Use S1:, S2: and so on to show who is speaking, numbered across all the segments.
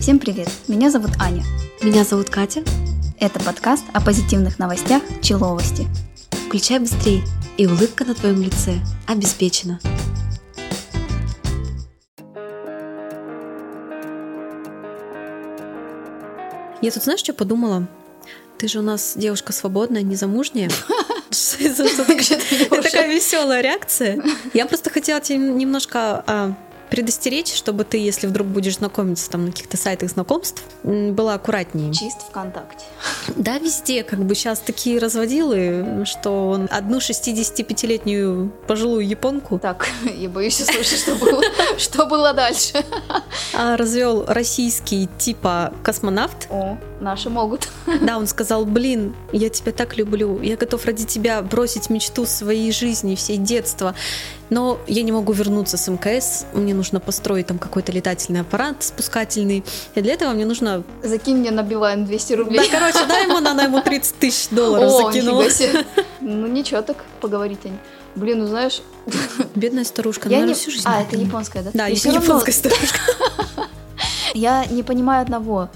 S1: Всем привет! Меня зовут Аня.
S2: Меня зовут Катя.
S1: Это подкаст о позитивных новостях Человости.
S2: Включай быстрее, и улыбка на твоем лице обеспечена. Я тут знаешь, что подумала? Ты же у нас девушка свободная, незамужняя. Что за- что ты- Это такая веселая реакция. Я просто хотела тебя немножко а, предостеречь, чтобы ты, если вдруг будешь знакомиться там на каких-то сайтах знакомств, м, была аккуратнее.
S1: Чист ВКонтакте.
S2: Да, везде, как бы сейчас такие разводилы, что он одну 65-летнюю пожилую японку
S1: Так, я боюсь услышать, что было, что было дальше.
S2: а, развел российский типа космонавт.
S1: О, наши могут.
S2: Да, он сказал, блин, я тебя так люблю, я готов ради тебя бросить мечту своей жизни, всей детства, но я не могу вернуться с МКС, мне нужно построить там какой-то летательный аппарат спускательный, и для этого мне нужно...
S1: Закинь мне на Билайн 200
S2: Да,
S1: рублей.
S2: короче, дай ему, она ему 30 тысяч долларов
S1: О,
S2: закинула.
S1: нифига себе. Ну ничего, так поговорить, Ань. Блин, ну знаешь,
S2: Бедная старушка, она
S1: я не...
S2: наверное, всю жизнь...
S1: А,
S2: об
S1: это
S2: этом.
S1: японская, да?
S2: Да,
S1: И всё равно
S2: японская старушка.
S1: Я не понимаю одного.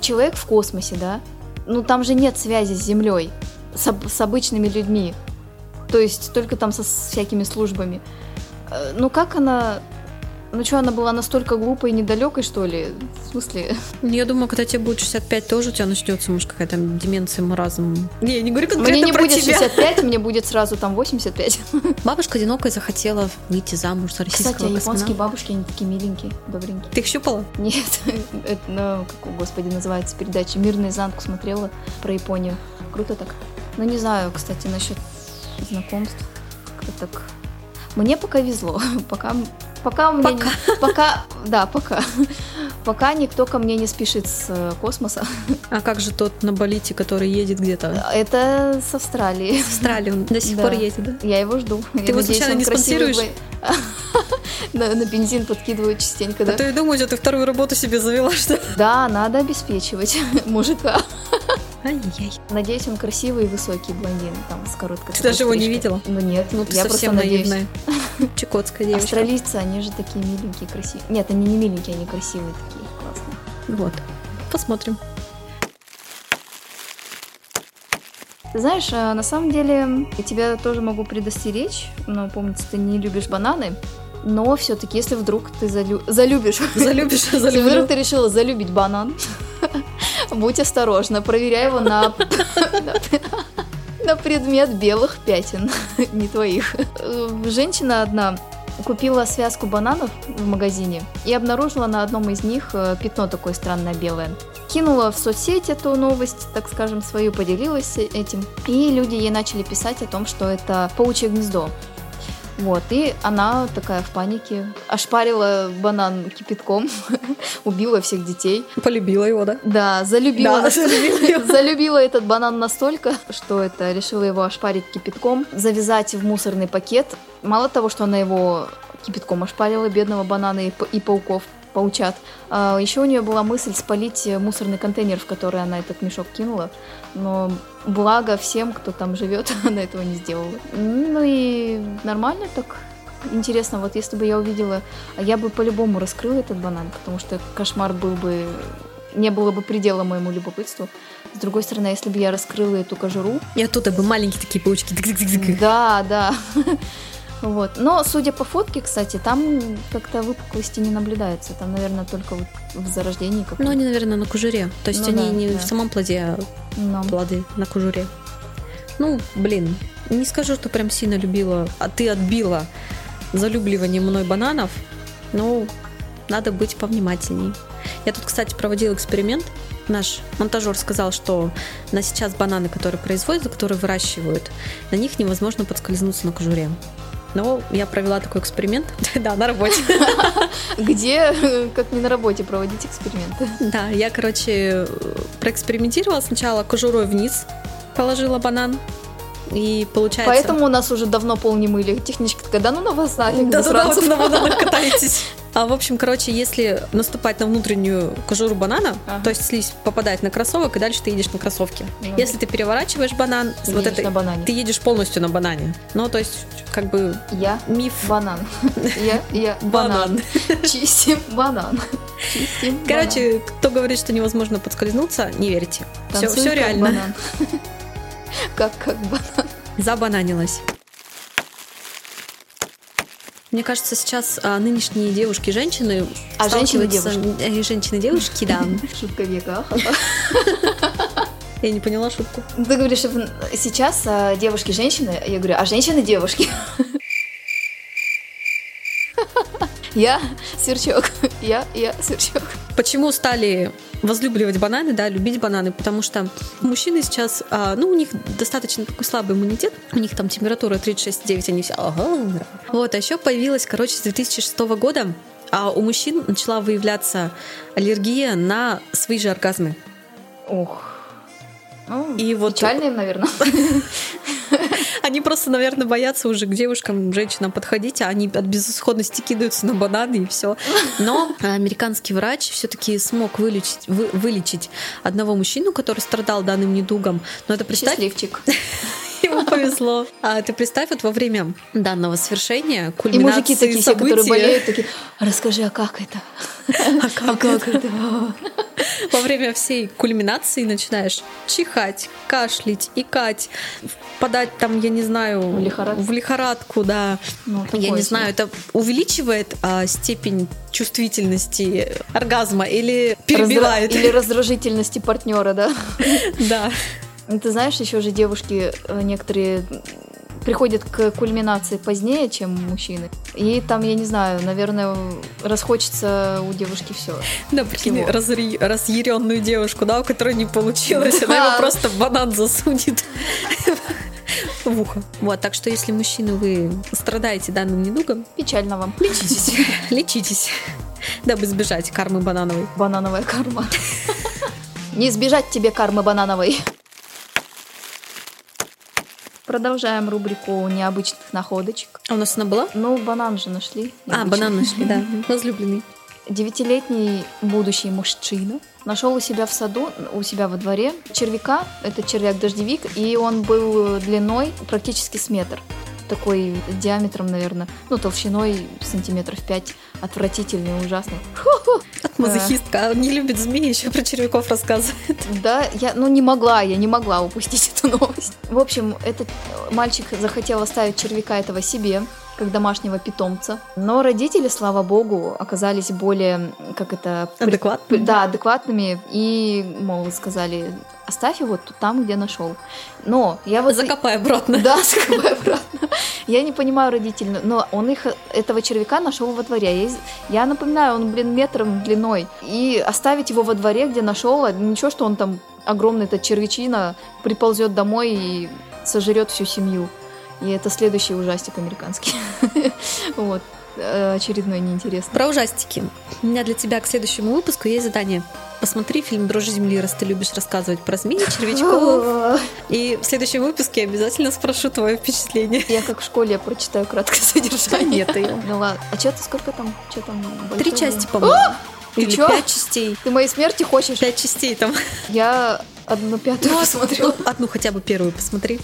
S1: Человек в космосе, да? Ну там же нет связи с Землей, с, об- с обычными людьми. То есть только там со с- всякими службами. Э, Ну как она... Ну что, она была настолько глупой и недалекой, что ли? В смысле?
S2: Ну, Я думаю, когда тебе будет 65, тоже у тебя начнется, может, какая-то деменция, маразм. Не, я не говорю конкретно
S1: Мне не
S2: про
S1: будет
S2: тебя.
S1: 65, мне будет сразу там 85.
S2: Бабушка одинокая захотела выйти замуж за российского
S1: Кстати, а японские
S2: космонавта.
S1: бабушки, они такие миленькие, добренькие.
S2: Ты их щупала?
S1: Нет, это, ну, как, о, господи, называется передача «Мир наизнанку» смотрела про Японию. Круто так. Ну, не знаю, кстати, насчет знакомств. Как-то так... Мне пока везло. Пока... Пока у меня...
S2: Пока.
S1: не- пока... Да, пока. Пока никто ко мне не спешит с э, космоса.
S2: А как же тот на Болите, который едет где-то
S1: Это с Австралии.
S2: в Австралию? Он до сих
S1: Да.
S2: пор едет, да?
S1: Я его жду. Ты
S2: его случайно не спонсируешь?
S1: На, на бензин подкидываю частенько, да?
S2: А то я думаю, что ты вторую работу себе завела, что ли?
S1: Да, надо обеспечивать мужика.
S2: Ай-яй.
S1: Надеюсь, он красивый и высокий блондин, там, с короткой
S2: Ты
S1: такой
S2: даже его не
S1: стрижкой.
S2: видела?
S1: Ну нет,
S2: Ну, ты
S1: я
S2: совсем
S1: просто надеюсь.
S2: наивная. Чукотская девочка.
S1: Австралийцы, они же такие миленькие, красивые. Нет, они не миленькие, они красивые такие, классные.
S2: Вот. Посмотрим.
S1: Ты знаешь, э, на самом деле, я тебя тоже могу предостеречь, но, помнится, ты не любишь бананы, но все-таки, если вдруг ты залю- залюбишь...
S2: Залюбишь,
S1: Если вдруг
S2: залюблю.
S1: ты решила залюбить банан, будь осторожна, проверяй его на... на предмет белых пятен, не твоих. Э, Женщина одна купила связку бананов в магазине и обнаружила на одном из них э, пятно такое странное белое. Кинула в соцсеть эту новость, так скажем, свою, поделилась с этим. И люди ей начали писать о том, что это паучье гнездо. Вот, и она такая в панике, ошпарила банан кипятком, убила всех детей.
S2: Полюбила его, да?
S1: Да, залюбила
S2: Да,
S1: нас-
S2: залюбила его.
S1: Залюбила этот банан настолько, что это решила его ошпарить кипятком, завязать в мусорный пакет. Мало того, что она его кипятком ошпарила, бедного банана и, п- и пауков, паучат. а еще у нее была мысль спалить э, мусорный контейнер, в который она этот мешок кинула. Но благо всем, кто там живет, она этого не сделала. Ну и нормально так. Интересно, вот если бы я увидела, а я бы по-любому раскрыла этот банан, потому что кошмар был бы, не было бы предела моему любопытству. С другой стороны, если бы я раскрыла эту кожуру,
S2: И оттуда бы маленькие такие паучки. Дик-дик-дик-дик.
S1: да, да. Вот. Но, судя по фотке, кстати, там как-то выпуклости не наблюдается. Там, наверное, только вот в зарождении
S2: Ну,
S1: каком-то.
S2: они, наверное, на кожуре. То есть
S1: Ну
S2: они
S1: да,
S2: не
S1: да.
S2: в самом плоде, а
S1: Но-
S2: плоды на кожуре. Ну, блин, не скажу, что прям сильно любила, а ты отбила залюбливание мной бананов. Ну, надо быть повнимательней. Я тут, кстати, проводила эксперимент. Наш монтажер сказал, что на сейчас бананы, которые производят, которые выращивают, на них невозможно подскользнуться на кожуре. Но я провела такой эксперимент. Да, на работе.
S1: Где, как не на работе, проводить эксперименты?
S2: Да, я, короче, проэкспериментировала сначала кожурой вниз, положила банан, и получается...
S1: Поэтому нас уже давно пол не мыли. Техничка такая, да ну на вас нафиг,
S2: Да,
S1: вы
S2: да,
S1: сразу».
S2: на бананах катаетесь. А, в общем, короче, если наступать на внутреннюю кожуру банана,
S1: Ага.
S2: то есть слизь попадает на кроссовок, и дальше ты едешь на кроссовке.
S1: Ну,
S2: Если ты переворачиваешь банан, с
S1: ты
S2: вот
S1: едешь на
S2: это,
S1: банане.
S2: ты едешь полностью на банане. Ну, то есть, как бы,
S1: Я
S2: миф
S1: банан. Я, я банан.
S2: банан.
S1: Чистим банан. Чистим.
S2: Короче, кто говорит, что невозможно подскользнуться, не верьте. Все,
S1: Танцуй
S2: все
S1: как
S2: реально.
S1: банан. Как как банан.
S2: Забананилась. Мне кажется, сейчас а, нынешние девушки, женщины,
S1: А,
S2: сталкиваются-
S1: женщины-девушки.
S2: э, женщины-девушки, да.
S1: Шутка века. ха-ха.
S2: Я не поняла шутку.
S1: Ну, Ты говоришь, в- сейчас а, девушки, женщины. Я говорю, а женщины девушки. Я сверчок. Я, я сверчок.
S2: Почему стали возлюбливать бананы, да, любить бананы? Потому что мужчины сейчас, а, ну, у них достаточно такой слабый иммунитет, у них там температура 36,9, они все, ага. Вот, а еще появилась, короче, с 2006 года а у мужчин начала выявляться аллергия на свои же оргазмы.
S1: Ох. Ну,
S2: И вот-
S1: печально им, наверное.
S2: Они просто, наверное, боятся уже к девушкам, женщинам подходить, а они от безысходности кидаются на бананы и все. Но американский врач все-таки смог вылечить, вы- вылечить одного мужчину, который страдал данным недугом. Но это представь,
S1: Счастливчик.
S2: ему повезло. А ты представь, вот во время данного свершения,
S1: И
S2: кульминации
S1: мужики такие все,
S2: события,
S1: которые болеют, такие, расскажи, а как это?
S2: а
S1: А
S2: как
S1: как это?
S2: во время всей кульминации начинаешь чихать, кашлять, икать, впадать там, я не знаю,
S1: В лихорадку.
S2: в лихорадку, да.
S1: Ну,
S2: Я
S1: такое
S2: не
S1: себе.
S2: знаю, это увеличивает а, степень чувствительности оргазма или перебивает?
S1: Раздра- Или раздражительности партнера, да?
S2: Да.
S1: Ну, Ты знаешь, еще же девушки э, некоторые м, приходят к кульминации позднее, чем мужчины. И там, я не знаю, наверное, расхочется у девушки все.
S2: Да, прикинь,
S1: Всего.
S2: разъя- разъяренную девушку, да, у которой не получилось, она
S1: Да.
S2: его просто в банан засунет в ухо. Вот, так что если мужчины, вы страдаете данным недугом,
S1: Печально вам.
S2: лечитесь, лечитесь, дабы избежать кармы банановой.
S1: Банановая карма. Не избежать тебе кармы банановой. Продолжаем рубрику необычных находочек.
S2: А у нас она была?
S1: Ну, банан же нашли.
S2: А,
S1: необычный.
S2: банан нашли, да, возлюбленный.
S1: Девятилетний будущий мужчина нашел у себя в саду, у себя во дворе червяка, это червяк-дождевик, и он был длиной практически с метр. Такой диаметром, наверное, ну, толщиной сантиметров 5. Отвратительный, ужасный.
S2: От мазохистка, а он не любит змеи, еще про червяков рассказывает.
S1: Да, я, ну, не могла, я не могла упустить эту новость. В общем, этот мальчик захотел оставить червяка этого себе, как домашнего питомца. Но родители, слава богу, оказались более, как это... при-
S2: Адекватно.
S1: да, адекватными и, мол, сказали, оставь его тут, там, где нашел. Но я вот...
S2: Закопай обратно.
S1: Да, закопай обратно. Я не понимаю родителей, но он их, этого червяка нашел во дворе. Я, из- я напоминаю, он, блин, метром длиной. И оставить его во дворе, где нашел, а ничего, что он там огромный этот червячина приползет домой и сожрет всю семью. И это следующий ужастик американский. Вот. Э, Очередной неинтересный.
S2: Про ужастики. У меня для тебя к следующему выпуску есть задание. Посмотри фильм «Дрожжи земли», раз ты любишь рассказывать про змеи, червячков. И в следующем выпуске я обязательно спрошу твое впечатление.
S1: Я как в школе прочитаю краткое содержание.
S2: Нет, ты.
S1: Ну ладно, а что ты сколько там? Чё там?
S2: Три
S1: большое?
S2: части, по-моему.
S1: Ты
S2: Или
S1: чё?
S2: пять частей.
S1: Ты моей смерти хочешь?
S2: Пять частей там.
S1: Я одну пятую посмотрела.
S2: Ну, Одну хотя бы первую посмотри.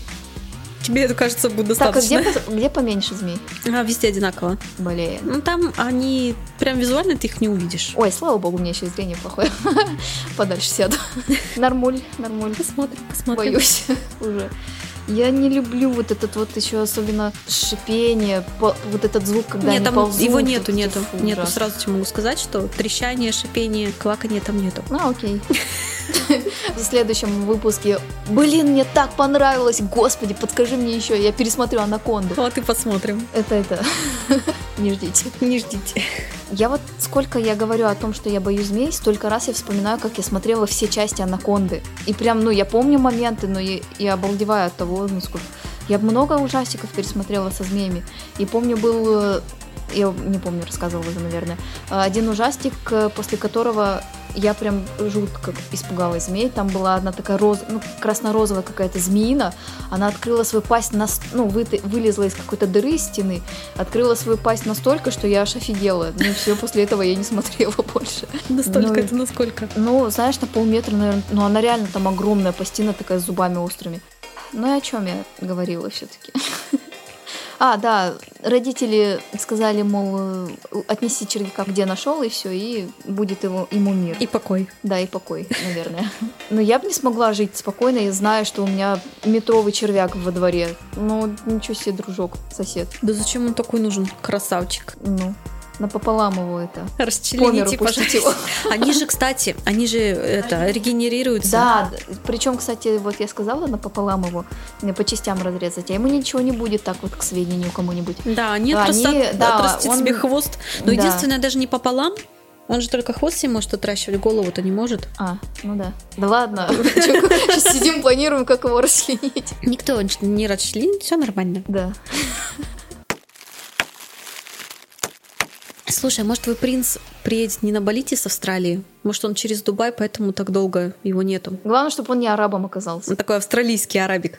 S2: Тебе, это кажется, будет
S1: Так, а где,
S2: достаточно.
S1: пос- где поменьше змей?
S2: А, Везде одинаково.
S1: Блин.
S2: Ну, там они... Прям визуально ты их не увидишь.
S1: Ой, слава богу, у меня еще зрение плохое. Подальше сяду. Нормуль, нормуль.
S2: Посмотрим, посмотрим.
S1: Боюсь уже. Я не люблю вот этот вот еще особенно шипение, по- вот этот звук, когда
S2: Нет,
S1: они
S2: там
S1: ползут.
S2: его
S1: Вот
S2: нету,
S1: эти
S2: нету,
S1: фу,
S2: нету.
S1: ужасно.
S2: Сразу тебе могу сказать, что трещание, шипение, кваканье там нету.
S1: Ну, окей. В следующем выпуске. Блин, мне так понравилось. Господи, подскажи мне еще. Я пересмотрю анаконду.
S2: Вот и Ну, а посмотрим.
S1: Это, это. Не ждите.
S2: Не ждите.
S1: Я вот сколько я говорю о том, что я боюсь змей, столько раз я вспоминаю, как я смотрела все части Анаконды. И прям, ну, я помню моменты, но я, я обалдеваю от того, насколько... Я много ужастиков пересмотрела со змеями. И помню, был... э, Я не помню, рассказывала уже, наверное. э, Один ужастик, э, после которого я прям жутко испугалась змей. Там была одна такая роз... ну, красно-розовая какая-то змеина. Она открыла свою пасть, на... ну, выты- вылезла из какой-то дыры из стены, открыла свою пасть настолько, что я аж офигела. Ну, все, после этого я не смотрела больше.
S2: Настолько
S1: Ну и-
S2: это насколько.
S1: Ну, знаешь, на полметра, наверное, ну, она реально там огромная пластина такая с зубами острыми. Ну и о чем я говорила все-таки? А, да, родители сказали, мол, э, отнеси червяка, где нашел, и все, и будет его, ему мир.
S2: И покой.
S1: Да, и покой, наверное. Но я бы не смогла жить спокойно, и зная, что у меня метровый червяк во дворе. Ну, ничего себе, дружок, сосед.
S2: Да зачем он такой нужен? Красавчик.
S1: Ну, напополам его это. по миру
S2: Расчлените,
S1: пустить
S2: пожалуйста.
S1: его.
S2: Они же, кстати, они же это регенерируются.
S1: Да, причем, кстати, вот я сказала напополам его, э, по частям разрезать, а ему ничего не будет так вот к сведению кому-нибудь.
S2: Да, они,
S1: Да,
S2: отраста-
S1: они- да,
S2: отрастит
S1: он-
S2: себе хвост. Но
S1: Да.
S2: единственное, даже не пополам. Он же только хвост себе может отращивать, голову-то не может.
S1: А, ну да. Да ладно. Сейчас сидим, планируем, как его расчленить.
S2: Никто не расчленит, все нормально.
S1: Да.
S2: Слушай, а может вы принц приедет не на Балите с Австралии? Может он через Дубай, поэтому так долго его нету?
S1: Главное, чтобы он не арабом оказался.
S2: Он такой австралийский арабик.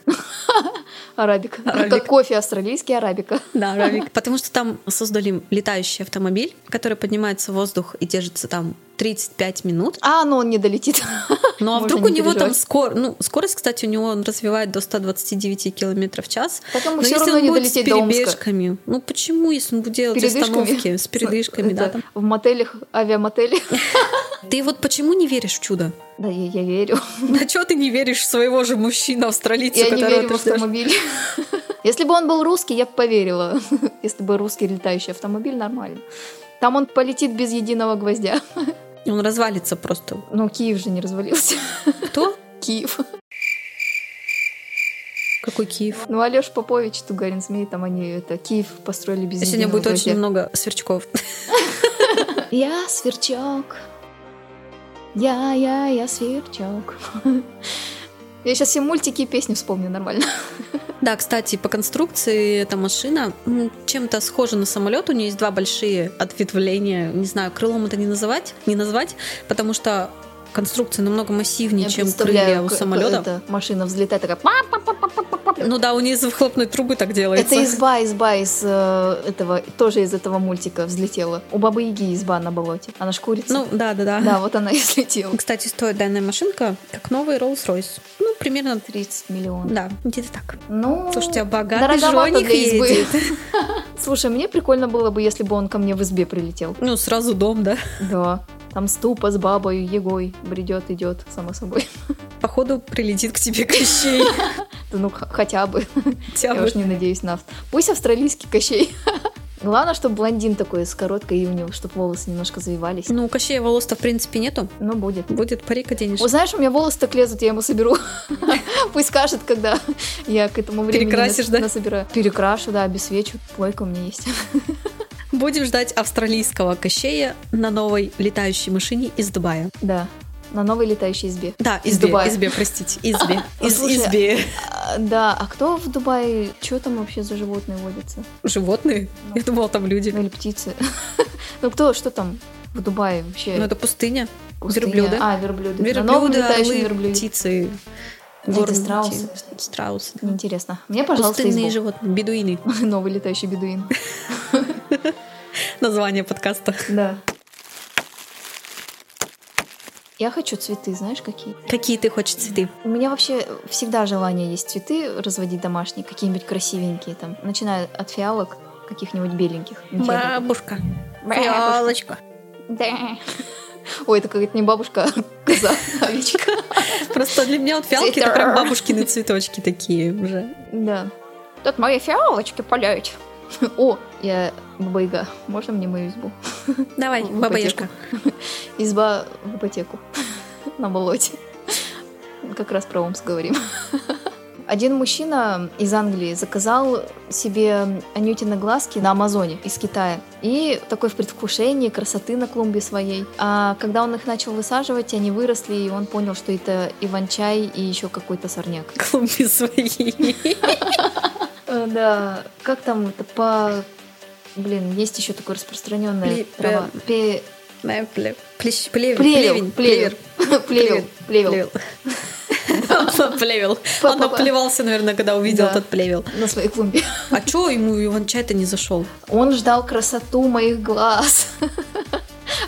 S1: Арабик. Ну,
S2: Арабик.
S1: Как кофе австралийский арабика.
S2: Да, арабик. Потому что там создали летающий автомобиль, который поднимается в воздух и держится там 35 минут.
S1: А, ну он не долетит.
S2: Ну а
S1: Можно
S2: вдруг у
S1: не
S2: него там
S1: переживать.
S2: скор... ну, скорость, кстати, у него он развивает до 129 километров в час.
S1: Так ему
S2: Но
S1: все
S2: если
S1: равно
S2: он
S1: не
S2: будет с
S1: долететь до Омска.
S2: перебежками, ну почему, если он будет делать
S1: Передышками?
S2: остановки с передышками, да?
S1: Это В мотелях, авиамотелях.
S2: Ты вот почему не веришь в чудо?
S1: Да, я, я верю.
S2: Да чего ты не веришь в своего же мужчину австралийца,
S1: я не
S2: которого
S1: верю в
S2: ты ждёшь?
S1: автомобиль. Если бы он был русский, я бы поверила. Если бы русский летающий автомобиль, нормально. Там он полетит без единого гвоздя.
S2: Он развалится просто.
S1: Ну, Киев же не развалился.
S2: Кто?
S1: Киев.
S2: Какой Киев?
S1: Ну, Алеш Попович, Тугарин Змей, там они это Киев построили без
S2: Сегодня
S1: единого
S2: будет очень
S1: гвоздя.
S2: много сверчков.
S1: Я сверчок. Я, я, я сверчок. Я сейчас все мультики и песни вспомню нормально.
S2: Да, кстати, по конструкции эта машина м, чем-то схожа на самолет. У нее есть два большие ответвления. Не знаю, крылом это не называть, не назвать, потому что конструкция намного массивнее,
S1: Я
S2: чем
S1: представляю,
S2: крылья у
S1: к- к-
S2: самолета.
S1: это машина взлетает такая. «Пап!»
S2: Ну да, у нее из выхлопной трубы так делается.
S1: Это изба, изба из э, этого, тоже из этого мультика взлетела. У бабы Яги изба на болоте. Она ж курица.
S2: Ну да, да, да.
S1: да, вот она и взлетела.
S2: Кстати, стоит данная машинка как новый Rolls-Royce. Ну, примерно,
S1: 30 миллионов.
S2: да, где-то так.
S1: Ну,
S2: Слушайте, а богатый
S1: дороговато
S2: жених
S1: для избы.
S2: едет.
S1: Слушай, мне прикольно было бы, если бы он ко мне в избе прилетел.
S2: Ну, сразу дом, да.
S1: Да. Там ступа с бабой Егой бредет, идет, само собой.
S2: Походу, прилетит к тебе Кощей.
S1: Да ну х- хотя бы.
S2: Хотя
S1: Я
S2: бы.
S1: уж не надеюсь на авто. Пусть австралийский кощей. Главное, чтобы блондин такой с короткой, и у него, чтобы волосы немножко завивались.
S2: Ну, у Кощея волос-то, в принципе, нету.
S1: Ну, будет.
S2: Будет парик оденешь.
S1: О, знаешь, у меня волосы так лезут, я ему соберу. Пусть скажет, когда я к этому времени
S2: Перекрасишь,
S1: нас-
S2: да?
S1: насобираю. Перекрашу, да, обесвечу. Плойка у меня есть.
S2: Будем ждать австралийского Кощея на новой летающей машине из Дубая.
S1: Да, на новой летающей избе.
S2: Да,
S1: Из
S2: избе,
S1: Дубая.
S2: избе, простите, избе.
S1: Ну,
S2: Из
S1: слушай,
S2: избе.
S1: А, Да, а кто в Дубае, что там вообще за животные водятся?
S2: Животные?
S1: Ну.
S2: Я думала, там люди.
S1: Ну или птицы. Ну кто, что там в Дубае
S2: Ну,
S1: вообще?
S2: это пустыня.
S1: Пустыня.
S2: верблюды.
S1: А, верблюды. На новом
S2: Верблюды,
S1: летающем
S2: орлы,
S1: верблюде.
S2: птицы,
S1: Эти
S2: горные
S1: страусы.
S2: птицы, страусы.
S1: Интересно. Мне, пожалуйста,
S2: Пустынные
S1: избу.
S2: животные, бедуины.
S1: Новый летающий бедуин.
S2: Название подкаста.
S1: Да. Я хочу цветы, знаешь, какие?
S2: Какие ты хочешь цветы?
S1: У меня вообще всегда желание есть цветы разводить домашние, какие-нибудь красивенькие там, начиная от фиалок, каких-нибудь беленьких. интересных.
S2: Бабушка.
S1: Бабушка.
S2: Фиалочка.
S1: Да. Ой, это какая-то не бабушка, а коза, овечка.
S2: Просто для меня вот фиалки это прям бабушкины цветочки такие уже.
S1: Да. Тут мои фиалочки паляют. О, я баба-яга. Можно мне мою избу?
S2: Давай,
S1: В
S2: баба
S1: ипотеку.
S2: Яшка.
S1: Изба в ипотеку. На болоте. Как раз про Омск говорим. Один мужчина из Англии заказал себе анютины глазки на Амазоне из Китая. И такой в предвкушении красоты на клумбе своей. А когда он их начал высаживать, они выросли, и он понял, что это иван-чай и еще какой-то сорняк.
S2: Клумбе своей.
S1: Э, Да, как там это по... Блин, есть еще такое распространенное
S2: Пле-
S1: трава. Пе-
S2: Да, пле- плещ- плевель,
S1: Плевел,
S2: Плевень.
S1: плевел, плевел, плевел.
S2: Плевел. Плевел. Он
S1: Па-па-па.
S2: наплевался, наверное, когда увидел
S1: Да.
S2: этот плевел.
S1: На своей клумбе.
S2: А чё ему Иван чай-то не зашел?
S1: Он ждал красоту моих глаз.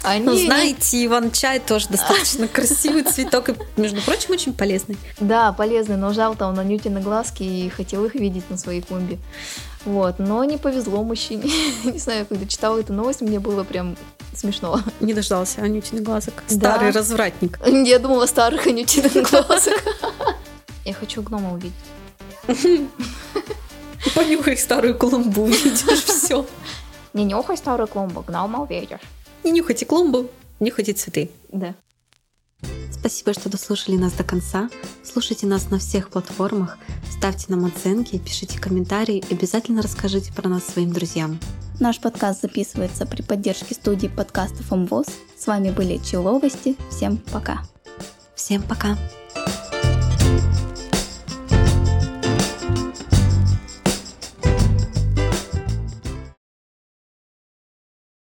S2: Ну,
S1: Они...
S2: знаете, Иван чай тоже достаточно красивый цветок и, между прочим, очень полезный.
S1: Да, полезный, но ждал-то он анютины глазки и хотел их видеть на своей клумбе. Вот, но не повезло мужчине. Не знаю, когда читала эту новость, мне было прям смешно.
S2: Не дождался Анютиных глазок. Старый
S1: Да.
S2: развратник.
S1: Я думала старых анютиных глазок. Я хочу гнома увидеть.
S2: Понюхай старую клумбу, увидишь все.
S1: Не нюхай старую клумбу, гнома увидишь.
S2: Не нюхайте клумбу, нюхайте цветы.
S1: Да.
S2: Спасибо, что дослушали нас до конца. Слушайте нас на всех платформах, ставьте нам оценки, пишите комментарии и обязательно расскажите про нас своим друзьям.
S3: Наш подкаст записывается при поддержке студии подкастов МВОЗ. С вами были Человости. Всем пока.
S2: Всем пока!